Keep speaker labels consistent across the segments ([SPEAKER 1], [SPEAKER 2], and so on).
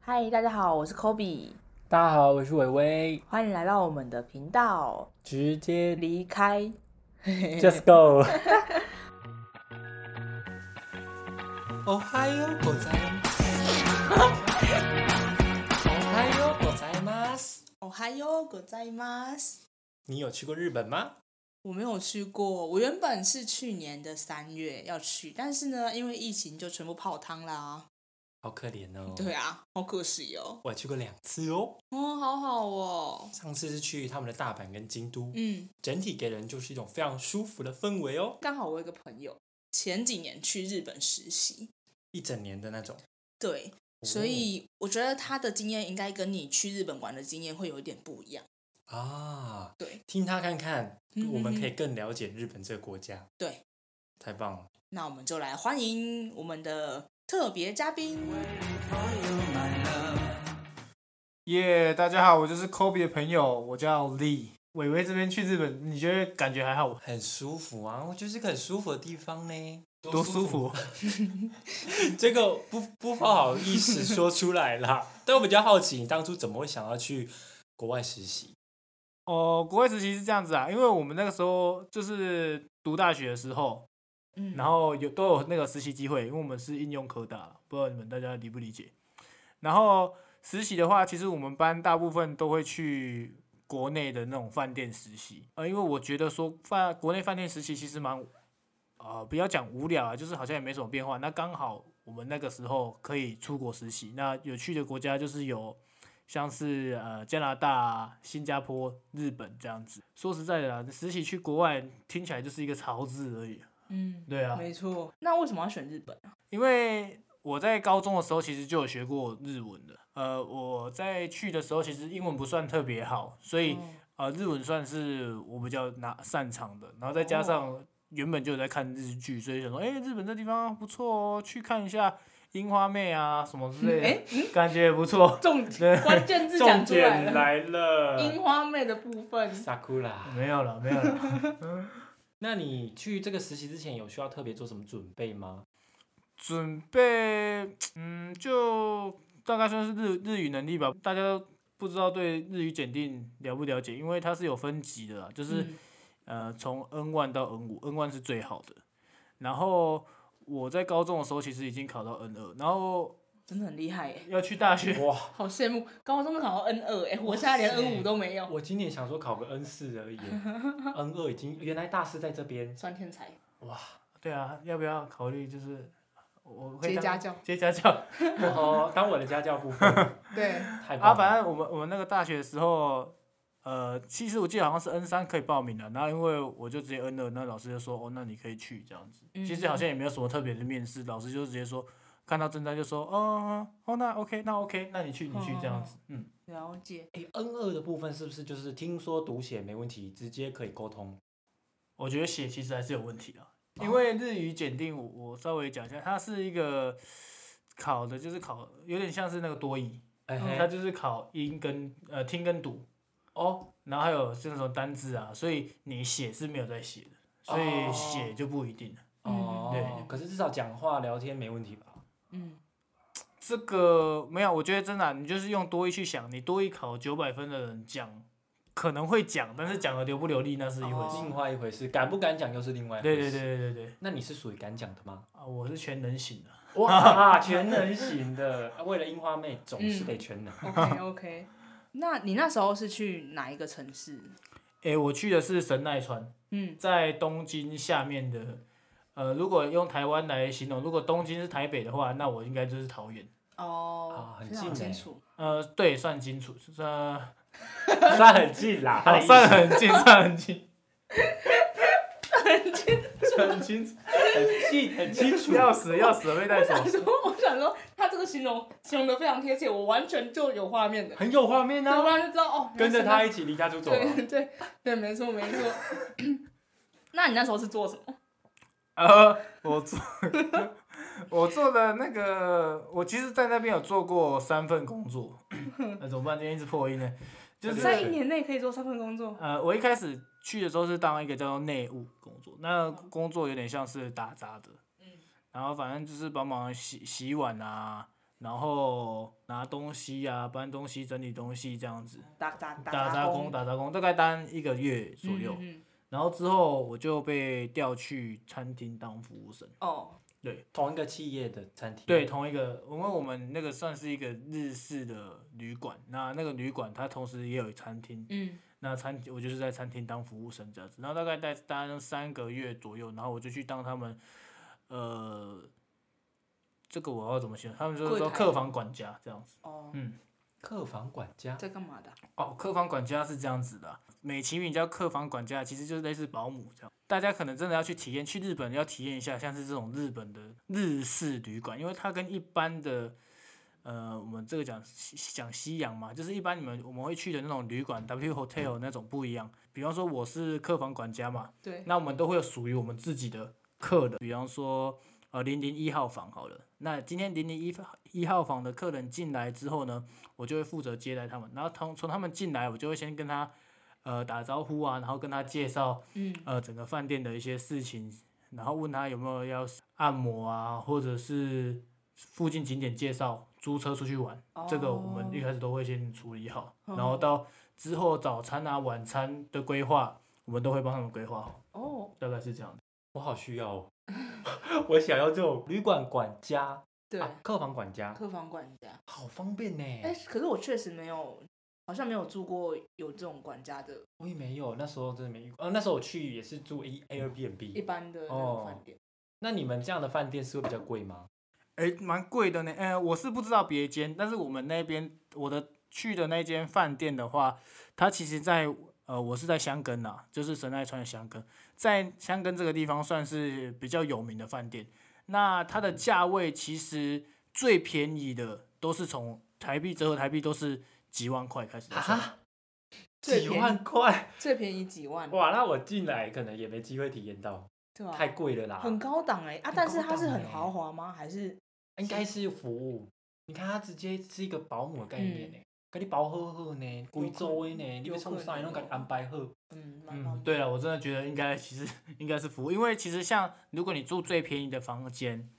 [SPEAKER 1] 嗨，大家好，我是 Kobe，
[SPEAKER 2] 大家好，我是伟伟，
[SPEAKER 1] 欢迎来到我们的频道。
[SPEAKER 2] 直接
[SPEAKER 1] 离开，
[SPEAKER 2] just go。
[SPEAKER 3] おはようございます。おはようございます。
[SPEAKER 1] 哦嗨哟，狗在吗？
[SPEAKER 3] 你有去过日本吗？
[SPEAKER 1] 我没有去过，我原本是去年的三月要去，但是呢，因为疫情就全部泡汤啦。
[SPEAKER 3] 好可怜哦。
[SPEAKER 1] 对，啊，好可惜哦。
[SPEAKER 3] 我还去过两次哦。
[SPEAKER 1] 哦，好好哦。
[SPEAKER 3] 上次是去他们的大阪跟京都，
[SPEAKER 1] 嗯，
[SPEAKER 3] 整体给人就是一种非常舒服的氛围哦，
[SPEAKER 1] 刚好我有一个朋友前几年去日本实习，
[SPEAKER 3] 一整年的那种。
[SPEAKER 1] 对，所以我觉得他的经验应该跟你去日本玩的经验会有一点不一样。
[SPEAKER 3] 哦啊，
[SPEAKER 1] 对，
[SPEAKER 3] 听他看看
[SPEAKER 1] 嗯，
[SPEAKER 3] 我们可以更了解日本这个国家。
[SPEAKER 1] 对，
[SPEAKER 3] 太棒了。
[SPEAKER 1] 那我们就来欢迎我们的特别嘉宾。
[SPEAKER 2] 耶大家好，我就是 Kobe 的朋友，我叫 Lee。伟伟这边去日本，你觉得感觉还好吗？
[SPEAKER 3] 很舒服啊，我就是个很舒服的地方呢，
[SPEAKER 2] 多舒服！
[SPEAKER 3] 这个不不好意思说出来啦。但我比较好奇，你当初怎么会想要去国外实习？
[SPEAKER 2] 哦，国外实习是这样子啊，因为我们那个时候就是读大学的时候，
[SPEAKER 1] 嗯
[SPEAKER 2] 然后有都有那个实习机会，因为我们是应用科大，不知道你们大家理不理解。然后实习的话，其实我们班大部分都会去国内的那种饭店实习，呃，因为我觉得说饭国内饭店实习其实蛮，呃，不要讲无聊啊，就是好像也没什么变化。那刚好我们那个时候可以出国实习，那有去的国家就是有像是呃加拿大、新加坡、日本这样子。说实在的啦，实习去国外听起来就是一个潮字而已。
[SPEAKER 1] 嗯，
[SPEAKER 2] 对啊，
[SPEAKER 1] 没错。那为什么要选日本啊？
[SPEAKER 2] 因为我在高中的时候其实就有学过日文的，呃，我在去的时候其实英文不算特别好，所以、
[SPEAKER 1] 嗯
[SPEAKER 2] 呃日文算是我比较拿擅长的，然后再加上原本就有在看日剧，所以想说，哎、日本这地方不错哦，去看一下樱花妹啊什么之类的，
[SPEAKER 1] 嗯诶
[SPEAKER 2] 感觉也不错。
[SPEAKER 1] 重
[SPEAKER 2] 对
[SPEAKER 1] 关键字
[SPEAKER 3] 重
[SPEAKER 1] 讲出来
[SPEAKER 3] 点
[SPEAKER 1] 了，
[SPEAKER 3] 来了，
[SPEAKER 1] 樱花妹的部分。
[SPEAKER 3] 萨库拉。
[SPEAKER 2] 没有了，没有了。
[SPEAKER 3] 那你去这个实习之前，有需要特别做什么准备吗？
[SPEAKER 2] 准备，嗯，就大概算是日日语能力吧。大家都不知道对日语检定了不了解，因为它是有分级的啦，就是、
[SPEAKER 1] 嗯
[SPEAKER 2] 呃从 N one 到 N 五，N one 是最好的。然后我在高中的时候其实已经考到 N 二，然后
[SPEAKER 1] 真的很厉害耶，
[SPEAKER 2] 要去大学，
[SPEAKER 3] 哇，
[SPEAKER 1] 好羡慕！高中考到 N 二，哎，我现在连
[SPEAKER 3] 哇塞
[SPEAKER 1] N 五都没有，
[SPEAKER 3] 我今年想说考个 N 四而已耶，N 二已经原来大四在这边，
[SPEAKER 1] 算天才。
[SPEAKER 3] 哇，
[SPEAKER 2] 对啊，要不要考虑就是我会
[SPEAKER 1] 接
[SPEAKER 2] 当
[SPEAKER 1] 家教，
[SPEAKER 2] 接家教
[SPEAKER 3] 哦，当我的家教部分，
[SPEAKER 1] 对，
[SPEAKER 3] 太
[SPEAKER 2] 啊？
[SPEAKER 3] 棒了。
[SPEAKER 2] 反正我们我们那个大学的时候。呃，其实我记得好像是 N 三可以报名的，然后因为我就直接 N 二，那老师就说哦，那你可以去这样子。
[SPEAKER 1] 嗯
[SPEAKER 2] 其实好像也没有什么特别的面试，老师就直接说，看到正在就说，哦哦，那 OK，那 OK，那你去你去这
[SPEAKER 1] 哦
[SPEAKER 2] 样子，嗯，
[SPEAKER 1] 了解。
[SPEAKER 3] 哎 N 二的部分是不是就是听说读写没问题，直接可以沟通？
[SPEAKER 2] 我觉得写其实还是有问题的，啊因为日语检定我我稍微讲一下，它是一个考的，就是考有点像是那个多义，
[SPEAKER 3] 哎
[SPEAKER 1] 哦
[SPEAKER 3] 嘿
[SPEAKER 2] 它就是考音跟呃听跟读，
[SPEAKER 3] 哦，
[SPEAKER 2] 然后还有这种单字啊，所以你写是没有在写的，所以
[SPEAKER 3] 哦
[SPEAKER 2] 写就不一定了。
[SPEAKER 3] 哦，
[SPEAKER 2] 对
[SPEAKER 3] 可是至少讲话聊天没问题吧？
[SPEAKER 1] 嗯，
[SPEAKER 2] 这个没有，我觉得真的啊、你就是用多一去想，你多一考九百分的人讲可能会讲，但是讲的流不流利那是一
[SPEAKER 1] 哦
[SPEAKER 2] 回事。
[SPEAKER 3] 另外一回事，敢不敢讲又是另外一回
[SPEAKER 2] 对
[SPEAKER 3] 事。
[SPEAKER 2] 对对对对对，
[SPEAKER 3] 那你是属于敢讲的吗？
[SPEAKER 2] 啊，我是全能型的。
[SPEAKER 3] 哇，全能型的，啊为了樱花妹总是得全能。
[SPEAKER 1] OK OK，那你那时候是去哪一个城市？
[SPEAKER 2] 诶、我去的是神奈川，
[SPEAKER 1] 嗯，
[SPEAKER 2] 在东京下面的，呃，如果用台湾来形容，如果东京是台北的话，那我应该就是桃园。
[SPEAKER 1] 哦
[SPEAKER 3] 啊，很
[SPEAKER 1] 非常
[SPEAKER 3] 近
[SPEAKER 1] 清
[SPEAKER 3] 耶
[SPEAKER 1] 楚。
[SPEAKER 2] 呃，对，算清楚，算、
[SPEAKER 3] 算很近啦，他的
[SPEAKER 2] 啊、
[SPEAKER 3] 意思
[SPEAKER 2] 算很 近，算很近，很清楚，
[SPEAKER 3] 很近很清楚。
[SPEAKER 2] 要死要死的被带走。
[SPEAKER 1] 想说，我想说，他这个形容形容的非常贴切，我完全就有画面的，
[SPEAKER 3] 很有画面
[SPEAKER 1] 要不
[SPEAKER 3] 啊！
[SPEAKER 1] 然就知道哦，
[SPEAKER 3] 跟着他
[SPEAKER 1] 原来
[SPEAKER 3] 一起离家出
[SPEAKER 1] 是
[SPEAKER 3] 走
[SPEAKER 1] 那个，
[SPEAKER 3] 啊
[SPEAKER 1] 对 对对，没错没错。那你那时候是做什么？
[SPEAKER 2] 呃，我做 我做的那个，我其实，在那边有做过三份工作。那怎么办？今天一直破音呢？就是
[SPEAKER 1] 在一年内可以做三份工作。
[SPEAKER 2] 呃，我一开始去的时候是当一个叫做内务工作，那工作有点像是打杂
[SPEAKER 1] 嗯
[SPEAKER 2] 的，然后反正就是帮忙洗洗碗啊，然后拿东西啊，搬东西、整理东西这样子，
[SPEAKER 1] 打打
[SPEAKER 2] 打
[SPEAKER 1] 杂
[SPEAKER 2] 杂工、打杂工，大概当一个月左右。
[SPEAKER 1] 嗯嗯嗯
[SPEAKER 2] 然后之后我就被调去餐厅当服务生。
[SPEAKER 1] 哦，
[SPEAKER 3] 同一个企业的餐厅，
[SPEAKER 2] 对，，同一个，因为我们那个算是一个日式的旅馆，那那个旅馆它同时也有餐厅，
[SPEAKER 1] 嗯，
[SPEAKER 2] 那餐我就是在餐厅当服务生这样子，然后大概待待三个月左右，然后我就去当他们，呃，这个我要怎么形容？他们就是
[SPEAKER 1] 柜
[SPEAKER 2] 说
[SPEAKER 1] 台
[SPEAKER 2] 客房管家这样子。
[SPEAKER 1] 哦，
[SPEAKER 3] 客房管家，
[SPEAKER 1] 在干嘛的啊？
[SPEAKER 2] 哦，客房管家是这样子的啊、美其名叫客房管家，其实就是类似保姆这样。大家可能真的要去体验，去日本要体验一下，像是这种日本的日式旅馆，因为它跟一般的，呃，我们这个讲西讲西洋嘛，就是一般你们我们会去的那种旅馆 W Hotel 那种不一样。比方说我是客房管家嘛，
[SPEAKER 1] 对，
[SPEAKER 2] 那我们都会有属于我们自己的客人，比方说呃零零一号房好了。那今天零零一一号房的客人进来之后呢，我就会负责接待他们，然后从从他们进来，我就会先跟他呃打招呼啊，然后跟他介绍
[SPEAKER 1] 嗯，
[SPEAKER 2] 呃整个饭店的一些事情，然后问他有没有要按摩啊，或者是附近景点介绍，租车出去玩。这个我们一
[SPEAKER 1] 哦
[SPEAKER 2] 开始都会先处理好，
[SPEAKER 1] 哦
[SPEAKER 2] 然后到之后早餐啊、晚餐的规划，我们都会帮他们规划好，
[SPEAKER 1] 哦，
[SPEAKER 2] 大概是这样。
[SPEAKER 3] 我好需要哦， 我想要这种旅馆管家，
[SPEAKER 1] 对，
[SPEAKER 3] 啊客房管家，
[SPEAKER 1] 客房管家。
[SPEAKER 3] 好方便呢。
[SPEAKER 1] 哎，可是我确实没有，好像没有住过有这种管家的
[SPEAKER 3] 我也没有，那时候真的没遇过。啊，那时候我去也是住 A
[SPEAKER 1] 一
[SPEAKER 3] Airbnb。
[SPEAKER 1] 般的那种饭店。
[SPEAKER 3] 那你们这样的饭店是会比较贵吗？
[SPEAKER 2] 哎、蛮贵的呢。呃，我是不知道别间，但是我们那边我的去的那间饭店的话，它其实在呃，我是在香根啦，就是神奈川的香根，在香根这个地方算是比较有名的饭店。那它的价位其实最便宜的都是从台币折合台币都是几万块开始的 算。
[SPEAKER 3] 啊，
[SPEAKER 1] 最
[SPEAKER 3] 几
[SPEAKER 1] 便宜
[SPEAKER 3] 万块！
[SPEAKER 1] 最便宜几万，
[SPEAKER 3] 哇，那我进来可能也没机会体验到，
[SPEAKER 1] 对吧、
[SPEAKER 3] 太嗯贵了啦。
[SPEAKER 1] 很高档哎、啊！但是它是很
[SPEAKER 3] 很高档欸
[SPEAKER 1] 豪华吗？还是
[SPEAKER 3] 应该是服务。你看，它直接是一个保姆的概念呢，给你包好好呢，贵州的呢，你要创
[SPEAKER 1] 有可
[SPEAKER 3] 啥，
[SPEAKER 1] 能
[SPEAKER 3] 你拢给你安排好。
[SPEAKER 1] 嗯，蛮高
[SPEAKER 2] 嗯，
[SPEAKER 1] 档
[SPEAKER 3] 啊
[SPEAKER 2] 对了，我真的觉得应该其实 应该是服务，因为其实像如果你住最便宜的房间，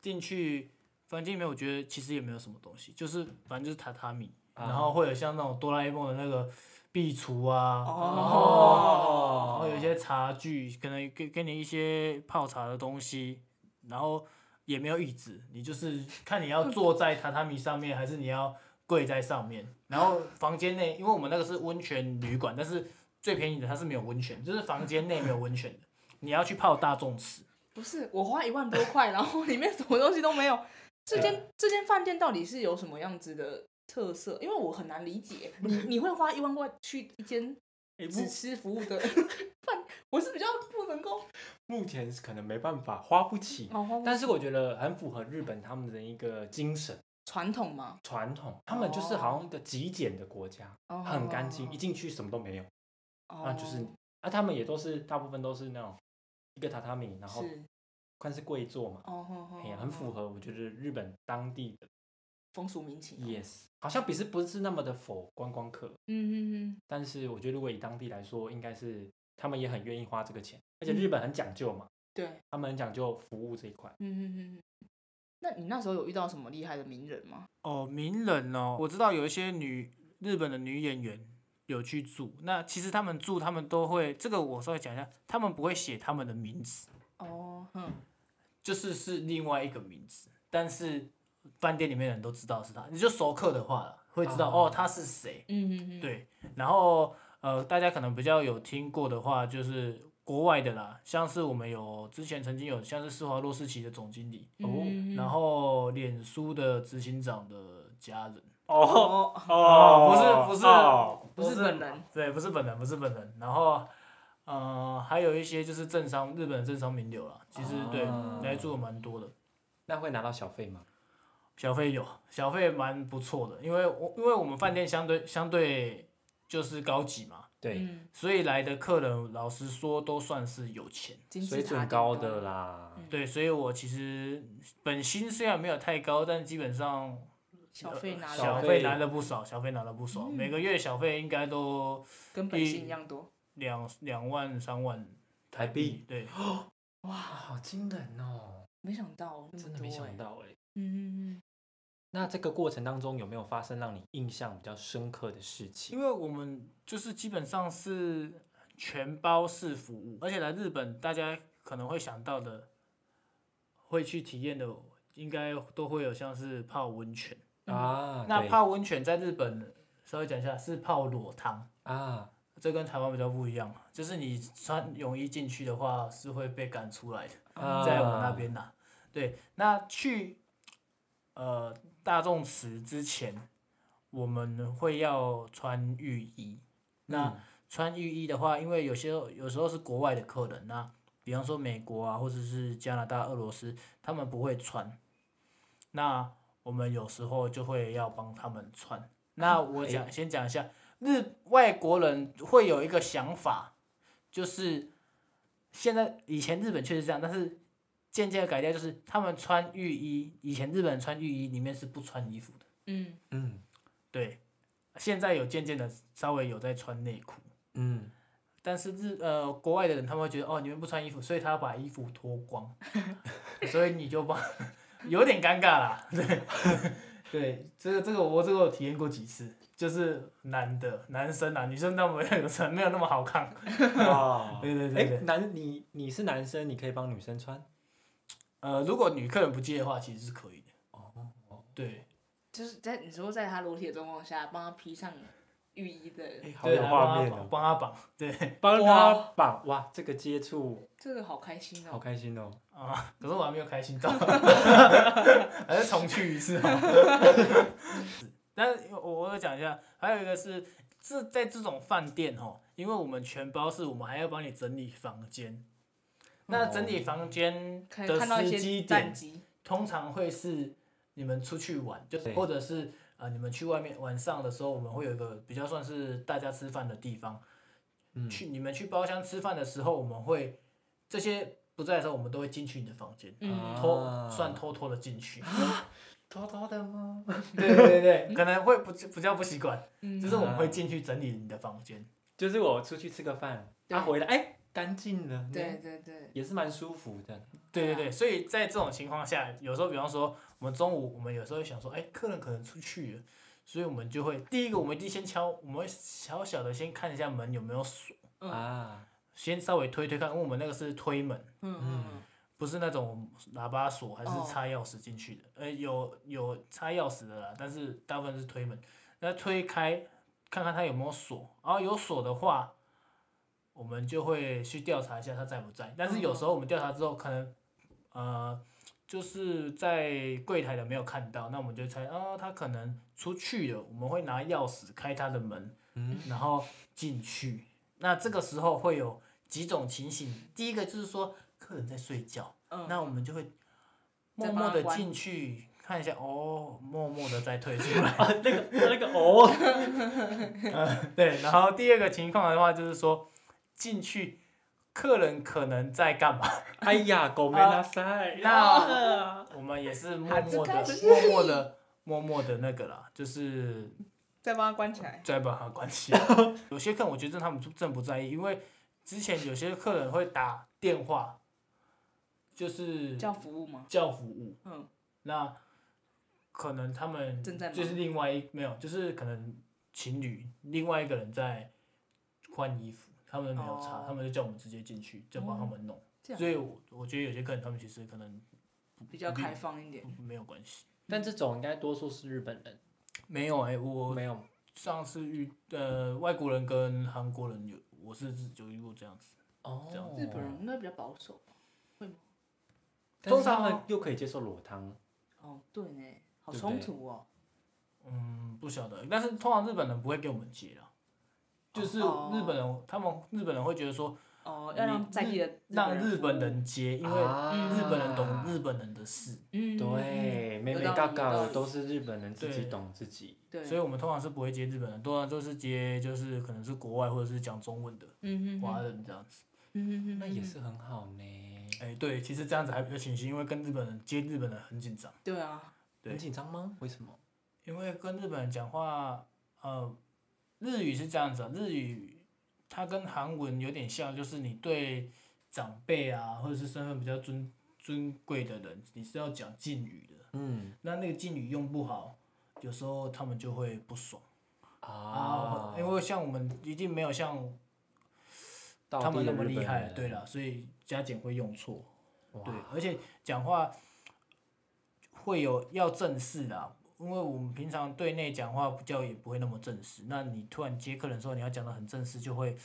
[SPEAKER 2] 进去房间里面，我觉得其实也没有什么东西，就是反正就是榻榻米，
[SPEAKER 3] 啊
[SPEAKER 2] 然后会有像那种哆啦 A 梦的那个壁橱啊，
[SPEAKER 1] 哦
[SPEAKER 2] 然后有一些茶具，可能给给你一些泡茶的东西，然后也没有椅子，你就是看你要坐在榻榻米上面，还是你要跪在上面。然后房间内，因为我们那个是温泉旅馆，但是最便宜的它是没有温泉，就是房间内没有温泉的，你要去泡大众池。
[SPEAKER 1] 不是，我花一万多块，然后里面什么东西都没有。这
[SPEAKER 3] 啊
[SPEAKER 1] 间、这间饭店到底是有什么样子的特色？因为我很难理 解，你你会花一万块去一间
[SPEAKER 3] 诶
[SPEAKER 1] 只
[SPEAKER 3] 目
[SPEAKER 1] 吃服务的 饭，我是比较不能够。
[SPEAKER 3] 目前是可能没办法，花不起。
[SPEAKER 1] 哦，花
[SPEAKER 3] 但是我觉得很符合日本他们的一个精神
[SPEAKER 1] 传统嘛，
[SPEAKER 3] 传统，他们就是好像一个极简的国家，
[SPEAKER 1] 哦、
[SPEAKER 3] 很干净，一进去什么都没有。
[SPEAKER 1] 哦、
[SPEAKER 3] 那就是啊，他们也都是大部分都是那种一个榻榻米，然后
[SPEAKER 1] 是
[SPEAKER 3] 看是跪坐嘛，
[SPEAKER 1] 哦，哦
[SPEAKER 3] 哎呀，很符
[SPEAKER 1] 合
[SPEAKER 3] 合我觉得日本当地的
[SPEAKER 1] 风俗民情。啊
[SPEAKER 3] yes，好像比是不是那么的否观光客，
[SPEAKER 1] 嗯嗯嗯，
[SPEAKER 3] 但是我觉得如果以当地来说，应该是他们也很愿意花这个钱，而且日本很讲究嘛，
[SPEAKER 1] 对，
[SPEAKER 3] 他们很讲究服务这一块。
[SPEAKER 1] 嗯嗯嗯嗯。那你那时候有遇到什么厉害的名人吗？
[SPEAKER 2] 哦，名人哦，我知道有一些女日本的女演员有去住，那其实他们住，他们都会这个我稍微讲一下，他们不会写他们的名字，
[SPEAKER 1] 哦，哼，
[SPEAKER 2] 就是是另外一个名字，但是饭店里面的人都知道是他，你就熟客的话啦会知道、
[SPEAKER 3] 哦
[SPEAKER 2] 哦他是谁，
[SPEAKER 1] 嗯嗯嗯，
[SPEAKER 2] 对，然后呃大家可能比较有听过的话就是。国外的啦，像是我们有之前曾经有像是施华洛世奇的总经理，
[SPEAKER 3] 哦
[SPEAKER 2] 哦
[SPEAKER 1] 嗯，嗯嗯
[SPEAKER 2] 然后脸书的执行长的家人，
[SPEAKER 3] 哦
[SPEAKER 1] 哦，
[SPEAKER 2] 哦，不是不是、
[SPEAKER 1] 不是本人，
[SPEAKER 2] 对，不是本人，不是本人。然后，呃，还有一些就是政商，日本的政商名流啦，其实、
[SPEAKER 1] 哦
[SPEAKER 3] 啊
[SPEAKER 2] 对来住的蛮多的，
[SPEAKER 3] 那会拿到小费吗？
[SPEAKER 2] 小费有，小费蛮不错的，因为我因为我们饭店相对相对就是高级嘛，
[SPEAKER 3] 对，
[SPEAKER 1] 嗯，
[SPEAKER 2] 所以来的客人老实说都算是有钱。
[SPEAKER 1] 金字
[SPEAKER 3] 水
[SPEAKER 1] 塔
[SPEAKER 3] 准
[SPEAKER 1] 顶
[SPEAKER 3] 高的，啦，
[SPEAKER 1] 嗯
[SPEAKER 2] 对，所以我其实本薪虽然没有太高，但基本上
[SPEAKER 1] 小费拿
[SPEAKER 3] 呃小
[SPEAKER 2] 小
[SPEAKER 1] 了
[SPEAKER 3] 费
[SPEAKER 2] 费拿了不少，小费拿了不少，
[SPEAKER 1] 嗯
[SPEAKER 2] 每个月小费应该都
[SPEAKER 1] 跟本薪一样
[SPEAKER 3] 嗯
[SPEAKER 1] 多，
[SPEAKER 2] 两两万三万嗯
[SPEAKER 3] 台币，
[SPEAKER 2] 对。
[SPEAKER 3] 哇，好惊人哦，
[SPEAKER 1] 没想到那么
[SPEAKER 3] 真
[SPEAKER 1] 多哎，
[SPEAKER 3] 的嗯没想到哎。
[SPEAKER 1] 嗯嗯嗯，
[SPEAKER 3] 那这个过程当中有没有发生让你印象比较深刻的事情？
[SPEAKER 2] 因为我们就是基本上是全包式服务，而且来日本大家可能会想到的，会去体验的，应该都会有像是泡温泉。
[SPEAKER 3] 啊，
[SPEAKER 2] 那
[SPEAKER 3] 对
[SPEAKER 2] 泡温泉在日本稍微讲一下是泡裸汤，
[SPEAKER 3] 啊，
[SPEAKER 2] 这跟台湾比较不一样，就是你穿泳衣进去的话是会被赶出来的。
[SPEAKER 3] 啊
[SPEAKER 2] 在我那边啦。对，那去呃大众池之前，我们会要穿浴衣。那穿浴衣的话，因为有些有时候是国外的客人，那比方说美国啊，或者是加拿大、俄罗斯，他们不会穿。那我们有时候就会要帮他们穿。那我讲、先讲一下，日外国人会有一个想法，就是现在以前日本确实这样，但是渐渐地改掉，就是他们穿浴衣，以前日本人穿浴衣里面是不穿衣服的，
[SPEAKER 1] 嗯，
[SPEAKER 3] 嗯
[SPEAKER 2] 对，现在有渐渐的稍微有在穿内裤，
[SPEAKER 3] 嗯，
[SPEAKER 2] 但是日呃国外的人他们会觉得哦你们不穿衣服，所以他把衣服脱光， 所以你就帮，有点尴尬啦，对， 对，这个这个我这个我体验过几次，就是男的男生啊，女生他们有穿没有那么 好看，
[SPEAKER 3] 啊，
[SPEAKER 2] 对对对对
[SPEAKER 3] 哎，男你你是男生，你可以帮女生穿
[SPEAKER 2] 呃如果女客人不介意的话，其实是可以的，哦，对。
[SPEAKER 1] 就是在你说在他裸体的状况下，帮他披上浴衣的，
[SPEAKER 3] 哎，好
[SPEAKER 2] 对，
[SPEAKER 3] 有画
[SPEAKER 2] 帮
[SPEAKER 3] 面
[SPEAKER 2] 他绑
[SPEAKER 3] 哦，
[SPEAKER 2] 帮他绑，对
[SPEAKER 3] 帮
[SPEAKER 1] 哇
[SPEAKER 3] 他绑哇，这个接触
[SPEAKER 1] 这个好开心
[SPEAKER 3] 好
[SPEAKER 1] 哦。
[SPEAKER 3] 开心哦，
[SPEAKER 2] 啊，可是我还没有开心到，还是重去一次好了。是但是我我有讲一下，还有一个是这在这种饭店哦，因为我们全包是我们还要帮你整理房间，那整理房间
[SPEAKER 1] 哦可以
[SPEAKER 2] 的
[SPEAKER 1] 看到一
[SPEAKER 2] 时机
[SPEAKER 1] 些战
[SPEAKER 2] 点
[SPEAKER 1] 机，
[SPEAKER 2] 通常会是你们出去玩，就是
[SPEAKER 3] 对
[SPEAKER 2] 或者是呃你们去外面晚上的时候，我们会有一个比较算是大家吃饭的地方。
[SPEAKER 3] 嗯
[SPEAKER 2] 去你们去包厢吃饭的时候，我们会这些不在的时候，我们都会进去你的房间，
[SPEAKER 1] 嗯，
[SPEAKER 2] 偷、
[SPEAKER 3] 啊
[SPEAKER 2] 算偷偷的 进去。
[SPEAKER 3] 偷偷的吗？
[SPEAKER 2] 对对对，可能会不比较不习惯，
[SPEAKER 1] 嗯
[SPEAKER 2] 就是我们会进去整理你的房间。
[SPEAKER 3] 就是我出去吃个饭，
[SPEAKER 1] 对
[SPEAKER 3] 他回来哎，干净了，
[SPEAKER 1] 嗯对，对对，
[SPEAKER 3] 也是蛮舒服的，
[SPEAKER 2] 对对
[SPEAKER 1] 对
[SPEAKER 2] 对，所以在这种情况下，有时候比方说，我们中午我们有时候会想说，哎，客人可能出去了，所以我们就会第一个，我们一定先敲，我们会小小的先看一下门有没有锁，
[SPEAKER 1] 嗯
[SPEAKER 3] 啊，
[SPEAKER 2] 先稍微推推看，因为我们那个是推门，
[SPEAKER 1] 嗯嗯
[SPEAKER 2] 不是那种喇叭锁还是
[SPEAKER 1] 哦
[SPEAKER 2] 插钥匙进去的，呃，有有插钥匙的啦，但是大部分是推门，那推开看看它有没有锁，然后有锁的话，我们就会去调查一下它在不在，但是有时候我们调查之后，可能呃就是在柜台的没有看到，那我们就猜哦，他可能出去了，我们会拿钥匙开他的门，
[SPEAKER 3] 嗯
[SPEAKER 2] 然后进去，那这个时候会有几种情形，第一个就是说客人在睡觉。
[SPEAKER 1] 嗯，
[SPEAKER 2] 那我们就会
[SPEAKER 1] 再
[SPEAKER 2] 默
[SPEAKER 1] 帮
[SPEAKER 2] 默
[SPEAKER 1] 他
[SPEAKER 2] 的
[SPEAKER 1] 关
[SPEAKER 2] 进去看一下，哦，默默的再退出来。
[SPEAKER 3] 那个哦，
[SPEAKER 2] 对，然后第二个情况的话就是说，进去客人可能在干
[SPEAKER 1] 哦
[SPEAKER 2] 嘛？
[SPEAKER 3] 哎呀，狗没拉塞，
[SPEAKER 1] 啊
[SPEAKER 2] 那我们也是默
[SPEAKER 1] 还是
[SPEAKER 2] 默的
[SPEAKER 1] 开、心
[SPEAKER 2] 默默的、默默的那个啦，就是
[SPEAKER 1] 再帮他关起来，
[SPEAKER 2] 再把它关起来。 有些客人我觉得他们真的不在意，因为之前有些客人会打电话，就是
[SPEAKER 1] 叫服务吗？
[SPEAKER 2] 叫服务，
[SPEAKER 1] 嗯，
[SPEAKER 2] 那可能他们
[SPEAKER 1] 正在忙
[SPEAKER 2] 就是另外一没有，就是可能情侣另外一个人在换衣服，他们没有查，
[SPEAKER 1] 哦嗯
[SPEAKER 2] 他们就叫我们直接进去，就帮他们弄。
[SPEAKER 1] 这样
[SPEAKER 2] 所以我我觉得有些客人他们其实可能
[SPEAKER 1] 比较开放一点。
[SPEAKER 2] 不没有关系。
[SPEAKER 3] 但这种应该多数是日本人，
[SPEAKER 2] 没有哎、我
[SPEAKER 3] 没有
[SPEAKER 2] 上次遇呃外国人跟韩国人有，我是有遇过这样子。这样
[SPEAKER 3] 哦，
[SPEAKER 1] 日本人应该比较保守。
[SPEAKER 3] 但是
[SPEAKER 2] 通常
[SPEAKER 3] 他们又可以接受裸汤，
[SPEAKER 1] 哦，对呢，好
[SPEAKER 3] 对不
[SPEAKER 1] 冲
[SPEAKER 3] 对
[SPEAKER 1] 突哦。
[SPEAKER 2] 嗯，不晓得，但是通常日本人不会给我们接啦，就是
[SPEAKER 1] 哦
[SPEAKER 2] 日本人他们日本人会觉得说
[SPEAKER 1] 哦，要让在地的
[SPEAKER 2] 让
[SPEAKER 1] 日
[SPEAKER 2] 日本
[SPEAKER 1] 服务，
[SPEAKER 2] 人接，因为
[SPEAKER 3] 啊
[SPEAKER 2] 日本人懂日本人的事，
[SPEAKER 1] 嗯，
[SPEAKER 3] 对，妹
[SPEAKER 1] 有
[SPEAKER 3] 妹
[SPEAKER 1] 道
[SPEAKER 3] 嘎
[SPEAKER 1] 理
[SPEAKER 3] 嘎
[SPEAKER 1] 有道
[SPEAKER 3] 的
[SPEAKER 1] 理
[SPEAKER 3] 都是日本人自己
[SPEAKER 2] 对
[SPEAKER 3] 懂自己，
[SPEAKER 1] 对，
[SPEAKER 2] 所以我们通常是不会接日本人，通常都是接就是可能是国外或者是讲中文的
[SPEAKER 1] 嗯嗯，
[SPEAKER 2] 华人这样子。
[SPEAKER 1] 嗯嗯，
[SPEAKER 3] 那也是很好呢。
[SPEAKER 2] 哎、对，其实这样子还比较清晰，因为跟日本人接日本人很紧张，
[SPEAKER 1] 对啊，
[SPEAKER 2] 对
[SPEAKER 3] 很紧张吗？为什么？
[SPEAKER 2] 因为跟日本人讲话，呃，日语是这样子、啊，日语它跟韩文有点像，就是你对长辈啊或者是身份比较尊尊贵的人，你是要讲敬语的，
[SPEAKER 3] 嗯
[SPEAKER 2] 那那个敬语用不好，有时候他们就会不爽
[SPEAKER 3] 啊，
[SPEAKER 2] 因为像我们一定没有像
[SPEAKER 3] 道
[SPEAKER 2] 他们
[SPEAKER 3] 地
[SPEAKER 2] 那
[SPEAKER 3] 的
[SPEAKER 2] 么
[SPEAKER 3] 日
[SPEAKER 2] 厉
[SPEAKER 3] 本
[SPEAKER 2] 害，
[SPEAKER 3] 人
[SPEAKER 2] 哦对，了，所以加减会用错，
[SPEAKER 3] 哇
[SPEAKER 2] 对，而且讲话会有要正式啦，因为我们平常对内讲话比较也不会那么正式，那你突然接客人的时候，你要讲的很正式，就会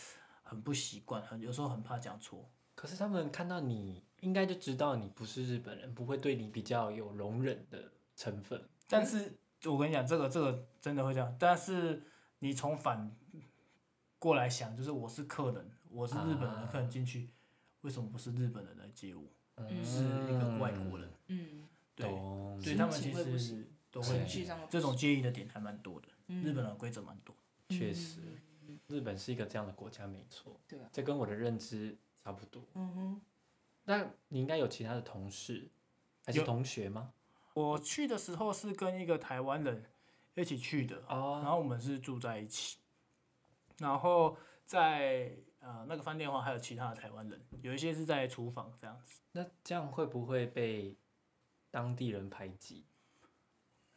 [SPEAKER 2] 很不习惯，很有时候很怕讲错。
[SPEAKER 3] 可是他们看到你，应该就知道你不是日本人，不会对你比较有容忍的成分。
[SPEAKER 2] 但是我跟你讲，这个这个真的会这样，但是你从反过来想，就是我是客人，我是日本人的
[SPEAKER 3] 啊
[SPEAKER 2] 客人进去，为什么不是日本人来接我，
[SPEAKER 3] 嗯
[SPEAKER 2] 嗯是一个外国人？
[SPEAKER 1] 嗯，
[SPEAKER 2] 对，
[SPEAKER 3] 懂
[SPEAKER 2] 对他们
[SPEAKER 1] 心
[SPEAKER 2] 其
[SPEAKER 1] 情会不
[SPEAKER 2] 实都会
[SPEAKER 1] 情绪上的
[SPEAKER 2] 这种介意的点还蛮多的，
[SPEAKER 1] 嗯
[SPEAKER 2] 日本人的规则蛮多。
[SPEAKER 3] 确实，日本是一个这样的国家，没错。
[SPEAKER 1] 对啊
[SPEAKER 3] 这跟我的认知差不多。
[SPEAKER 1] 嗯哼，
[SPEAKER 3] 那你应该有其他的同事还是
[SPEAKER 2] 有
[SPEAKER 3] 同学吗？
[SPEAKER 2] 我去的时候是跟一个台湾人一起去的，然
[SPEAKER 3] 哦，
[SPEAKER 2] 后我们是住在一起，然后在呃那个饭店的话，还有其他的台湾人，有一些是在厨房这样子。
[SPEAKER 3] 那这样会不会被当地人排挤？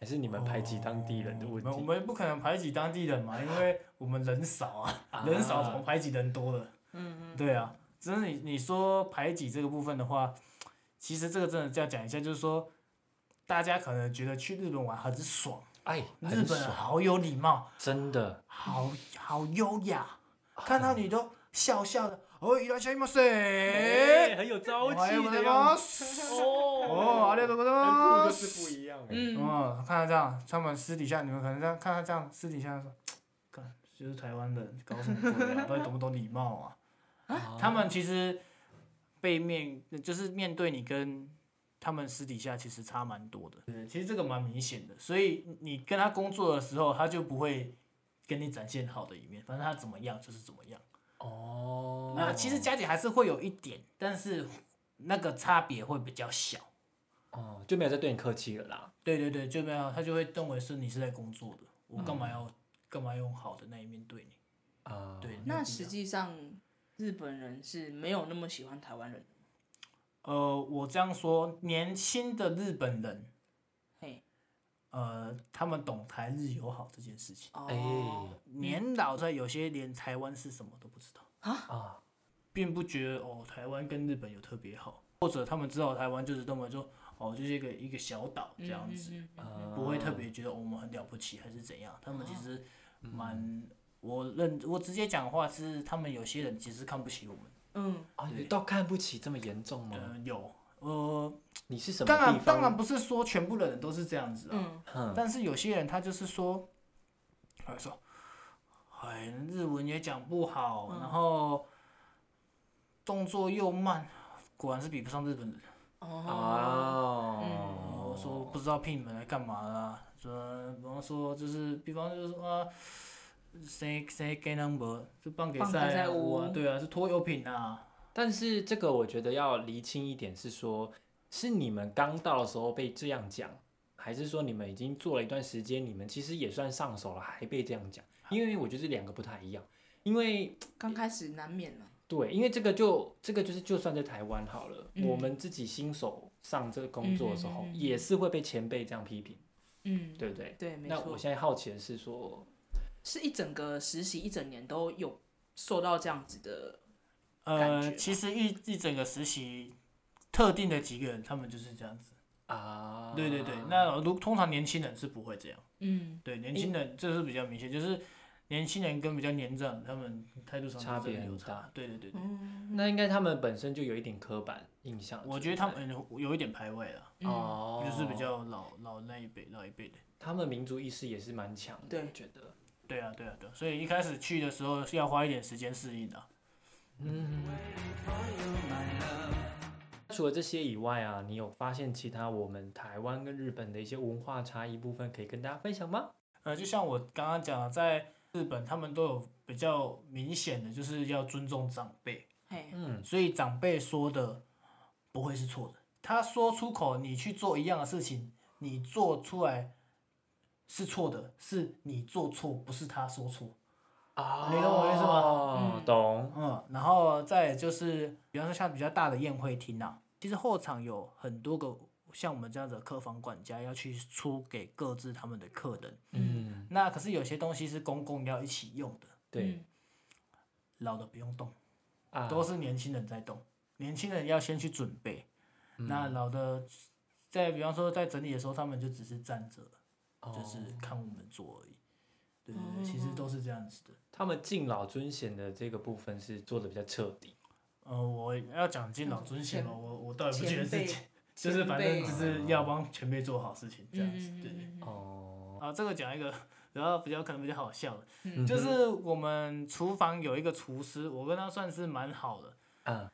[SPEAKER 3] 还是你们排挤当地人的
[SPEAKER 2] 我
[SPEAKER 3] 问
[SPEAKER 2] 哦们我
[SPEAKER 3] 题？
[SPEAKER 2] 们不可能排挤当地人 嘛，因为我们人少啊，人少怎么排挤人多的？
[SPEAKER 1] 嗯
[SPEAKER 2] 对啊，只是你你说排挤这个部分的话，其实这个真的要讲一下，就是说大家可能觉得去日本玩很爽，
[SPEAKER 3] 哎，
[SPEAKER 2] 日
[SPEAKER 3] 很
[SPEAKER 2] 本人
[SPEAKER 3] 爽，
[SPEAKER 2] 好有礼貌，
[SPEAKER 3] 真的。
[SPEAKER 2] 好好优雅，看到你都笑笑的。哦，いらっしゃいませ。
[SPEAKER 3] 哎很有
[SPEAKER 2] お
[SPEAKER 3] 朝
[SPEAKER 2] はようござい
[SPEAKER 3] 样
[SPEAKER 2] ま
[SPEAKER 3] 子。
[SPEAKER 2] す。
[SPEAKER 3] 哦
[SPEAKER 2] 哦，ありがとうござい
[SPEAKER 3] 跟
[SPEAKER 2] ま。
[SPEAKER 3] 就是是不一样哎、
[SPEAKER 1] 嗯嗯，
[SPEAKER 2] 嗯，看他这样，他们私底下，你们可能这样看他这样，私底下说，看就是台湾人搞什么鬼啊，到底懂不懂礼貌啊？他们其实背面就是面对你跟他们私底下其实差蛮多的。对，其实这个蛮明显的，所以你跟他工作的时候，他就不会跟你展现好的一面，反正他怎么样就是怎么样。
[SPEAKER 3] 哦，
[SPEAKER 2] 那其实加减还是会有一点，但是那个差别会比较小。
[SPEAKER 3] 哦就没有再对你客气了啦。
[SPEAKER 2] 对对对，就没有他就会认为是你是在工作的，我干嘛要干嘛用好的那一面对你？
[SPEAKER 3] 啊、
[SPEAKER 2] 对，
[SPEAKER 1] 那
[SPEAKER 2] 不一
[SPEAKER 1] 实
[SPEAKER 2] 样
[SPEAKER 1] 际上日本人是没有那么喜欢台湾人，
[SPEAKER 2] 呃，我这样说，年轻的日本人，
[SPEAKER 1] 嘿，
[SPEAKER 2] 呃，他们懂台日友好这件事情。
[SPEAKER 1] 哦，
[SPEAKER 3] 哎、
[SPEAKER 2] 年老在有些连台湾是什么都不知道，
[SPEAKER 3] 啊，
[SPEAKER 2] 并不觉得哦，台湾跟日本有特别好，或者他们知道台湾就是认为说哦，就是一个一个小岛这样子，
[SPEAKER 1] 嗯嗯
[SPEAKER 3] 啊
[SPEAKER 2] 不会特别觉得我们很了不起还是怎样。他们其实
[SPEAKER 3] 嗯
[SPEAKER 2] 蛮，我认我直接讲话是他们有些人其实看不起我们，
[SPEAKER 1] 嗯，
[SPEAKER 3] 啊，你到看不起这么严重吗？
[SPEAKER 2] 嗯，有呃，
[SPEAKER 3] 你是什么
[SPEAKER 2] 当
[SPEAKER 3] 地
[SPEAKER 2] 然当
[SPEAKER 3] 方？
[SPEAKER 2] 然不是说全部的人都是这样子啊，
[SPEAKER 1] 嗯
[SPEAKER 3] 哼
[SPEAKER 2] 但是有些人他就是说，他就说，哎，日文也讲不好，然后动作又慢，果然是比不上日本人。
[SPEAKER 3] 啊
[SPEAKER 1] 哦，
[SPEAKER 3] 哦，
[SPEAKER 1] 嗯
[SPEAKER 2] 我说不知道聘你们来干嘛啦，说，比方说就是，比方就是说啊。谁谁给 number 就棒给
[SPEAKER 1] 棒给
[SPEAKER 2] 赛
[SPEAKER 1] 赛
[SPEAKER 2] 啊，
[SPEAKER 1] 屋
[SPEAKER 2] 啊对啊，是拖油瓶啊，
[SPEAKER 3] 但是这个我觉得要厘清一点是说，是你们刚到的时候被这样讲，还是说你们已经做了一段时间，你们其实也算上手了，还被这样讲？因为我觉得这两个不太一样，因为
[SPEAKER 1] 刚开始难免了，
[SPEAKER 3] 对，因为这个就这个就是，就算在台湾好了，
[SPEAKER 1] 嗯
[SPEAKER 3] 我们自己新手上这个工作的时候，
[SPEAKER 1] 嗯嗯嗯嗯嗯
[SPEAKER 3] 也是会被前辈这样批评，
[SPEAKER 1] 嗯，
[SPEAKER 3] 对不对？
[SPEAKER 1] 对，没
[SPEAKER 3] 那
[SPEAKER 1] 错
[SPEAKER 3] 我，现在好奇的是说，
[SPEAKER 1] 是一整个实习一整年都有受到这样子的，感觉
[SPEAKER 3] 啊
[SPEAKER 2] 呃，
[SPEAKER 1] 吧
[SPEAKER 2] 其实一一整个实习，特定的几个人，他们就是这样子。
[SPEAKER 3] 啊，
[SPEAKER 2] 对对对，那如通常年轻人是不会这样。
[SPEAKER 1] 嗯
[SPEAKER 2] 对，年轻人这是比较明显，就是年轻人跟比较年长，他们态度上
[SPEAKER 3] 差
[SPEAKER 2] 真
[SPEAKER 3] 别
[SPEAKER 2] 的有
[SPEAKER 3] 很
[SPEAKER 2] 差
[SPEAKER 3] 大。
[SPEAKER 2] 对对对对，
[SPEAKER 1] 嗯，
[SPEAKER 3] 那应该他们本身就有一点刻板印象，
[SPEAKER 2] 我觉得他们有一点排外了，
[SPEAKER 1] 嗯
[SPEAKER 3] 哦，
[SPEAKER 2] 就是比较老老那一辈老一辈的。
[SPEAKER 3] 他们民族意识也是蛮强的，
[SPEAKER 1] 对
[SPEAKER 3] 我觉得，
[SPEAKER 2] 对啊对啊对啊，所以一开始去的时候是要花一点时间适应的。啊
[SPEAKER 3] 嗯。除了这些以外啊，你有发现其他我们台湾跟日本的一些文化差异部分可以跟大家分享吗？
[SPEAKER 2] 呃，就像我刚刚讲的，在日本他们都有比较明显的，就是要尊重长辈。
[SPEAKER 1] 嘿，
[SPEAKER 3] 嗯，
[SPEAKER 2] 所以长辈说的不会是错的。他说出口，你去做一样的事情，你做出来是错的，是你做错，不是他说错。
[SPEAKER 3] 啊
[SPEAKER 2] 你懂我意思
[SPEAKER 1] 吗嗯
[SPEAKER 3] 懂。
[SPEAKER 2] 嗯，然后再来就是，比方说像比较大的宴会厅啊，其实后场有很多个像我们这样子的客房管家要去出给各自他们的客人。
[SPEAKER 3] 嗯，
[SPEAKER 2] 那可是有些东西是公共要一起用的，
[SPEAKER 3] 对
[SPEAKER 1] 嗯
[SPEAKER 2] 老的不用动，
[SPEAKER 3] 啊，
[SPEAKER 2] 都是年轻人在动。年轻人要先去准备，那老的在比方说在整理的时候，他们就只是站着，就
[SPEAKER 3] 哦
[SPEAKER 2] 是看我们做而已。对对
[SPEAKER 1] 哦
[SPEAKER 2] 对，其实都是这样子的。
[SPEAKER 3] 他们敬老尊贤的这个部分是做的比较彻底。
[SPEAKER 2] 呃，我要讲敬老尊贤嘛，
[SPEAKER 1] 前
[SPEAKER 2] 我我倒也不觉得自
[SPEAKER 1] 前辈
[SPEAKER 2] 己，就是反正
[SPEAKER 1] 前辈
[SPEAKER 2] 就是要帮前辈做好事情这样子。
[SPEAKER 1] 嗯
[SPEAKER 2] 对对。
[SPEAKER 1] 嗯嗯
[SPEAKER 3] 哦，
[SPEAKER 2] 啊，这个讲一个，然后比较可能比较好笑的，
[SPEAKER 1] 嗯
[SPEAKER 2] 就是我们厨房有一个厨师，我跟他算是蛮好的，
[SPEAKER 3] 啊，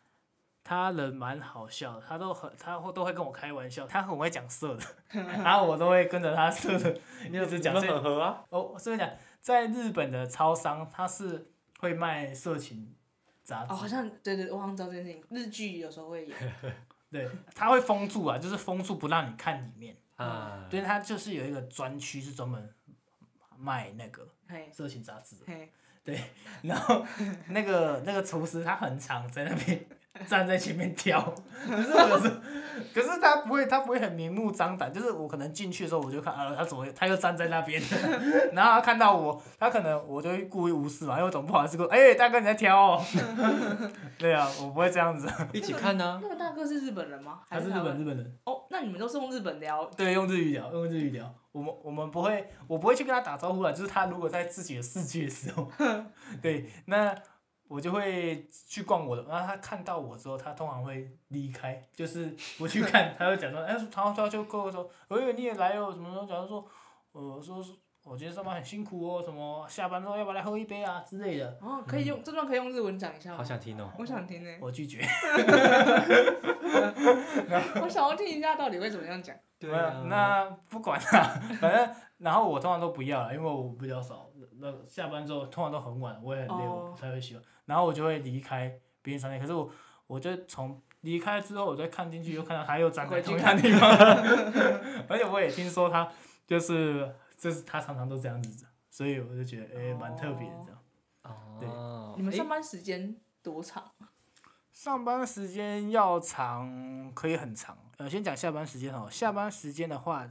[SPEAKER 2] 他人蛮好笑的，他都很他会都会跟我开玩笑，他很会 讲色的，然后我都会跟着他色的， 一直讲
[SPEAKER 3] 你
[SPEAKER 2] 这
[SPEAKER 3] 们很合啊，
[SPEAKER 2] 哦，我顺便讲，在日本的超商，他是会卖色情杂
[SPEAKER 1] 嗯
[SPEAKER 2] 志，
[SPEAKER 1] 哦，好像对对，我好像知道这件事情。日剧有时候 会演，
[SPEAKER 2] 对，他会封住啊，就是封住不让你看里面，
[SPEAKER 1] 嗯
[SPEAKER 3] 啊，
[SPEAKER 2] 对，他就是有一个专区是专门卖那个
[SPEAKER 1] 嘿，
[SPEAKER 2] 色情杂志的。
[SPEAKER 1] 嘿，
[SPEAKER 2] 然后那个那个厨师他很常在那边站在前面挑，可是我有时候，可是他不会他不会很明目张胆，就是我可能进去的时候我就看啊他怎么他又站在那边，然后他看到我，他可能我就会故意无视嘛，因为我总不好意思说，哎、大哥你在挑哦， 对啊，我不会这样子，
[SPEAKER 3] 一起看呢
[SPEAKER 1] 那。个大哥是日本人吗？还
[SPEAKER 2] 啊他是日
[SPEAKER 1] 台湾
[SPEAKER 2] 本日本人，
[SPEAKER 1] 哦，那你们都是用日本聊，
[SPEAKER 2] 对，用日语聊，用日语聊。我们我们不会，我不会去跟他打招呼了。就是他如果在自己的世界的时候，对，那我就会去逛我的。然后他看到我之后，他通常会离开，就是不去看，他会假装哎，他他就跟我说，我以为你也来哦，什么时候？假如说，呃，说是我今天上班很辛苦哦，什么下班之后要不要来喝一杯啊之类的，
[SPEAKER 1] 哦，可以用这段可以用日文讲一下吗？
[SPEAKER 3] 好想听哦，
[SPEAKER 1] 我想听呢、欸
[SPEAKER 2] 我拒绝。
[SPEAKER 1] 我想要听一下到底会怎么样讲。
[SPEAKER 2] 没有啊那不管了、 反正然后我通常都不要了，因为我比较少，那那下班之后通常都很晚，我也很累，
[SPEAKER 1] 哦
[SPEAKER 2] 我不太会喜欢，然后我就会离开便利商店。可是我我就从离开之后，我再看进去，又看到他又站在
[SPEAKER 1] 回去
[SPEAKER 2] 同样
[SPEAKER 1] 看
[SPEAKER 2] 地方，而且我也听说他就是就是他常常都这样子，所以我就觉得哎蛮、特别的这样。
[SPEAKER 3] 哦，
[SPEAKER 1] 你们
[SPEAKER 3] 诶
[SPEAKER 1] 上班时间多长？
[SPEAKER 2] 上班时间要长，可以很长。呃，先讲下班时间哦。下班时间的话，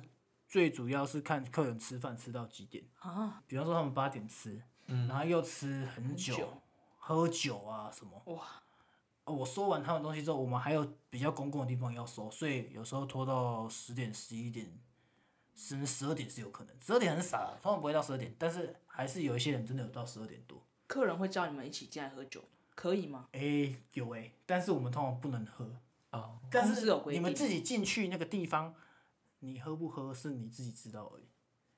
[SPEAKER 2] 最主要是看客人吃饭吃到几点。
[SPEAKER 1] 啊，
[SPEAKER 2] 比方说他们八点吃，
[SPEAKER 3] 嗯
[SPEAKER 2] 然后又吃很久，
[SPEAKER 1] 久
[SPEAKER 2] 喝酒啊什么。
[SPEAKER 1] 哇！
[SPEAKER 2] 哦我收完他们东西之后，我们还有比较公共的地方要收，所以有时候拖到十点、十一点，甚至十二点是有可能。十二点很少啊，通常不会到十二点，但是还是有一些人真的有到十二点多。
[SPEAKER 1] 客人会叫你们一起进来喝酒，可以吗？
[SPEAKER 2] 哎、有哎、但是我们通常不能喝。
[SPEAKER 3] 哦，
[SPEAKER 2] 但
[SPEAKER 1] 公
[SPEAKER 2] 是
[SPEAKER 1] 司有规
[SPEAKER 2] 你们
[SPEAKER 1] 定
[SPEAKER 2] 自己进去那个地方，你喝不喝是你自己知道而已。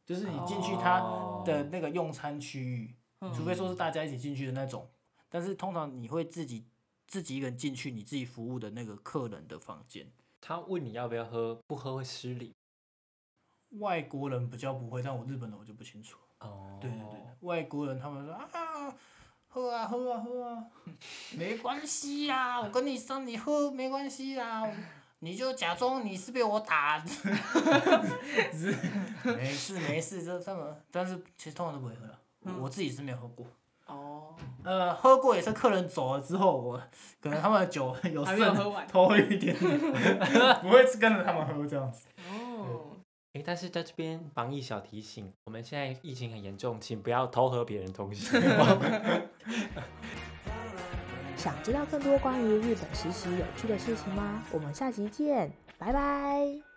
[SPEAKER 2] 就是你进去
[SPEAKER 3] 哦
[SPEAKER 2] 它的那个用餐区域，除非说是大家一起进去的那种，但是通常你会自己自己一个人进去你自己服务的那个客人的房间。
[SPEAKER 3] 他问你要不要喝，不喝会失礼。
[SPEAKER 2] 外国人比较不会，但我日本人我就不清楚。
[SPEAKER 3] 哦，
[SPEAKER 2] 对对对，外国人他们说啊，喝啊喝啊喝啊， 没关系呀、我跟你说你喝没关系呀、你就假装你是被我打， 是没事没事，这这么，但是其实通常都不会喝了，我自己是没有喝过。
[SPEAKER 1] 哦，
[SPEAKER 2] 呃，喝过也是客人走了之后，我可能他们的酒有
[SPEAKER 1] 还没有
[SPEAKER 2] 剩
[SPEAKER 1] 喝完
[SPEAKER 2] 偷一点 点，不会跟着他们喝这样子。嗯
[SPEAKER 1] 哦，
[SPEAKER 3] 哎，但是在这边防疫小提醒，我们现在疫情很严重，请不要偷喝别人东 西。
[SPEAKER 4] 想知道更多关于日本实习有趣的事情吗？我们下集见，拜拜。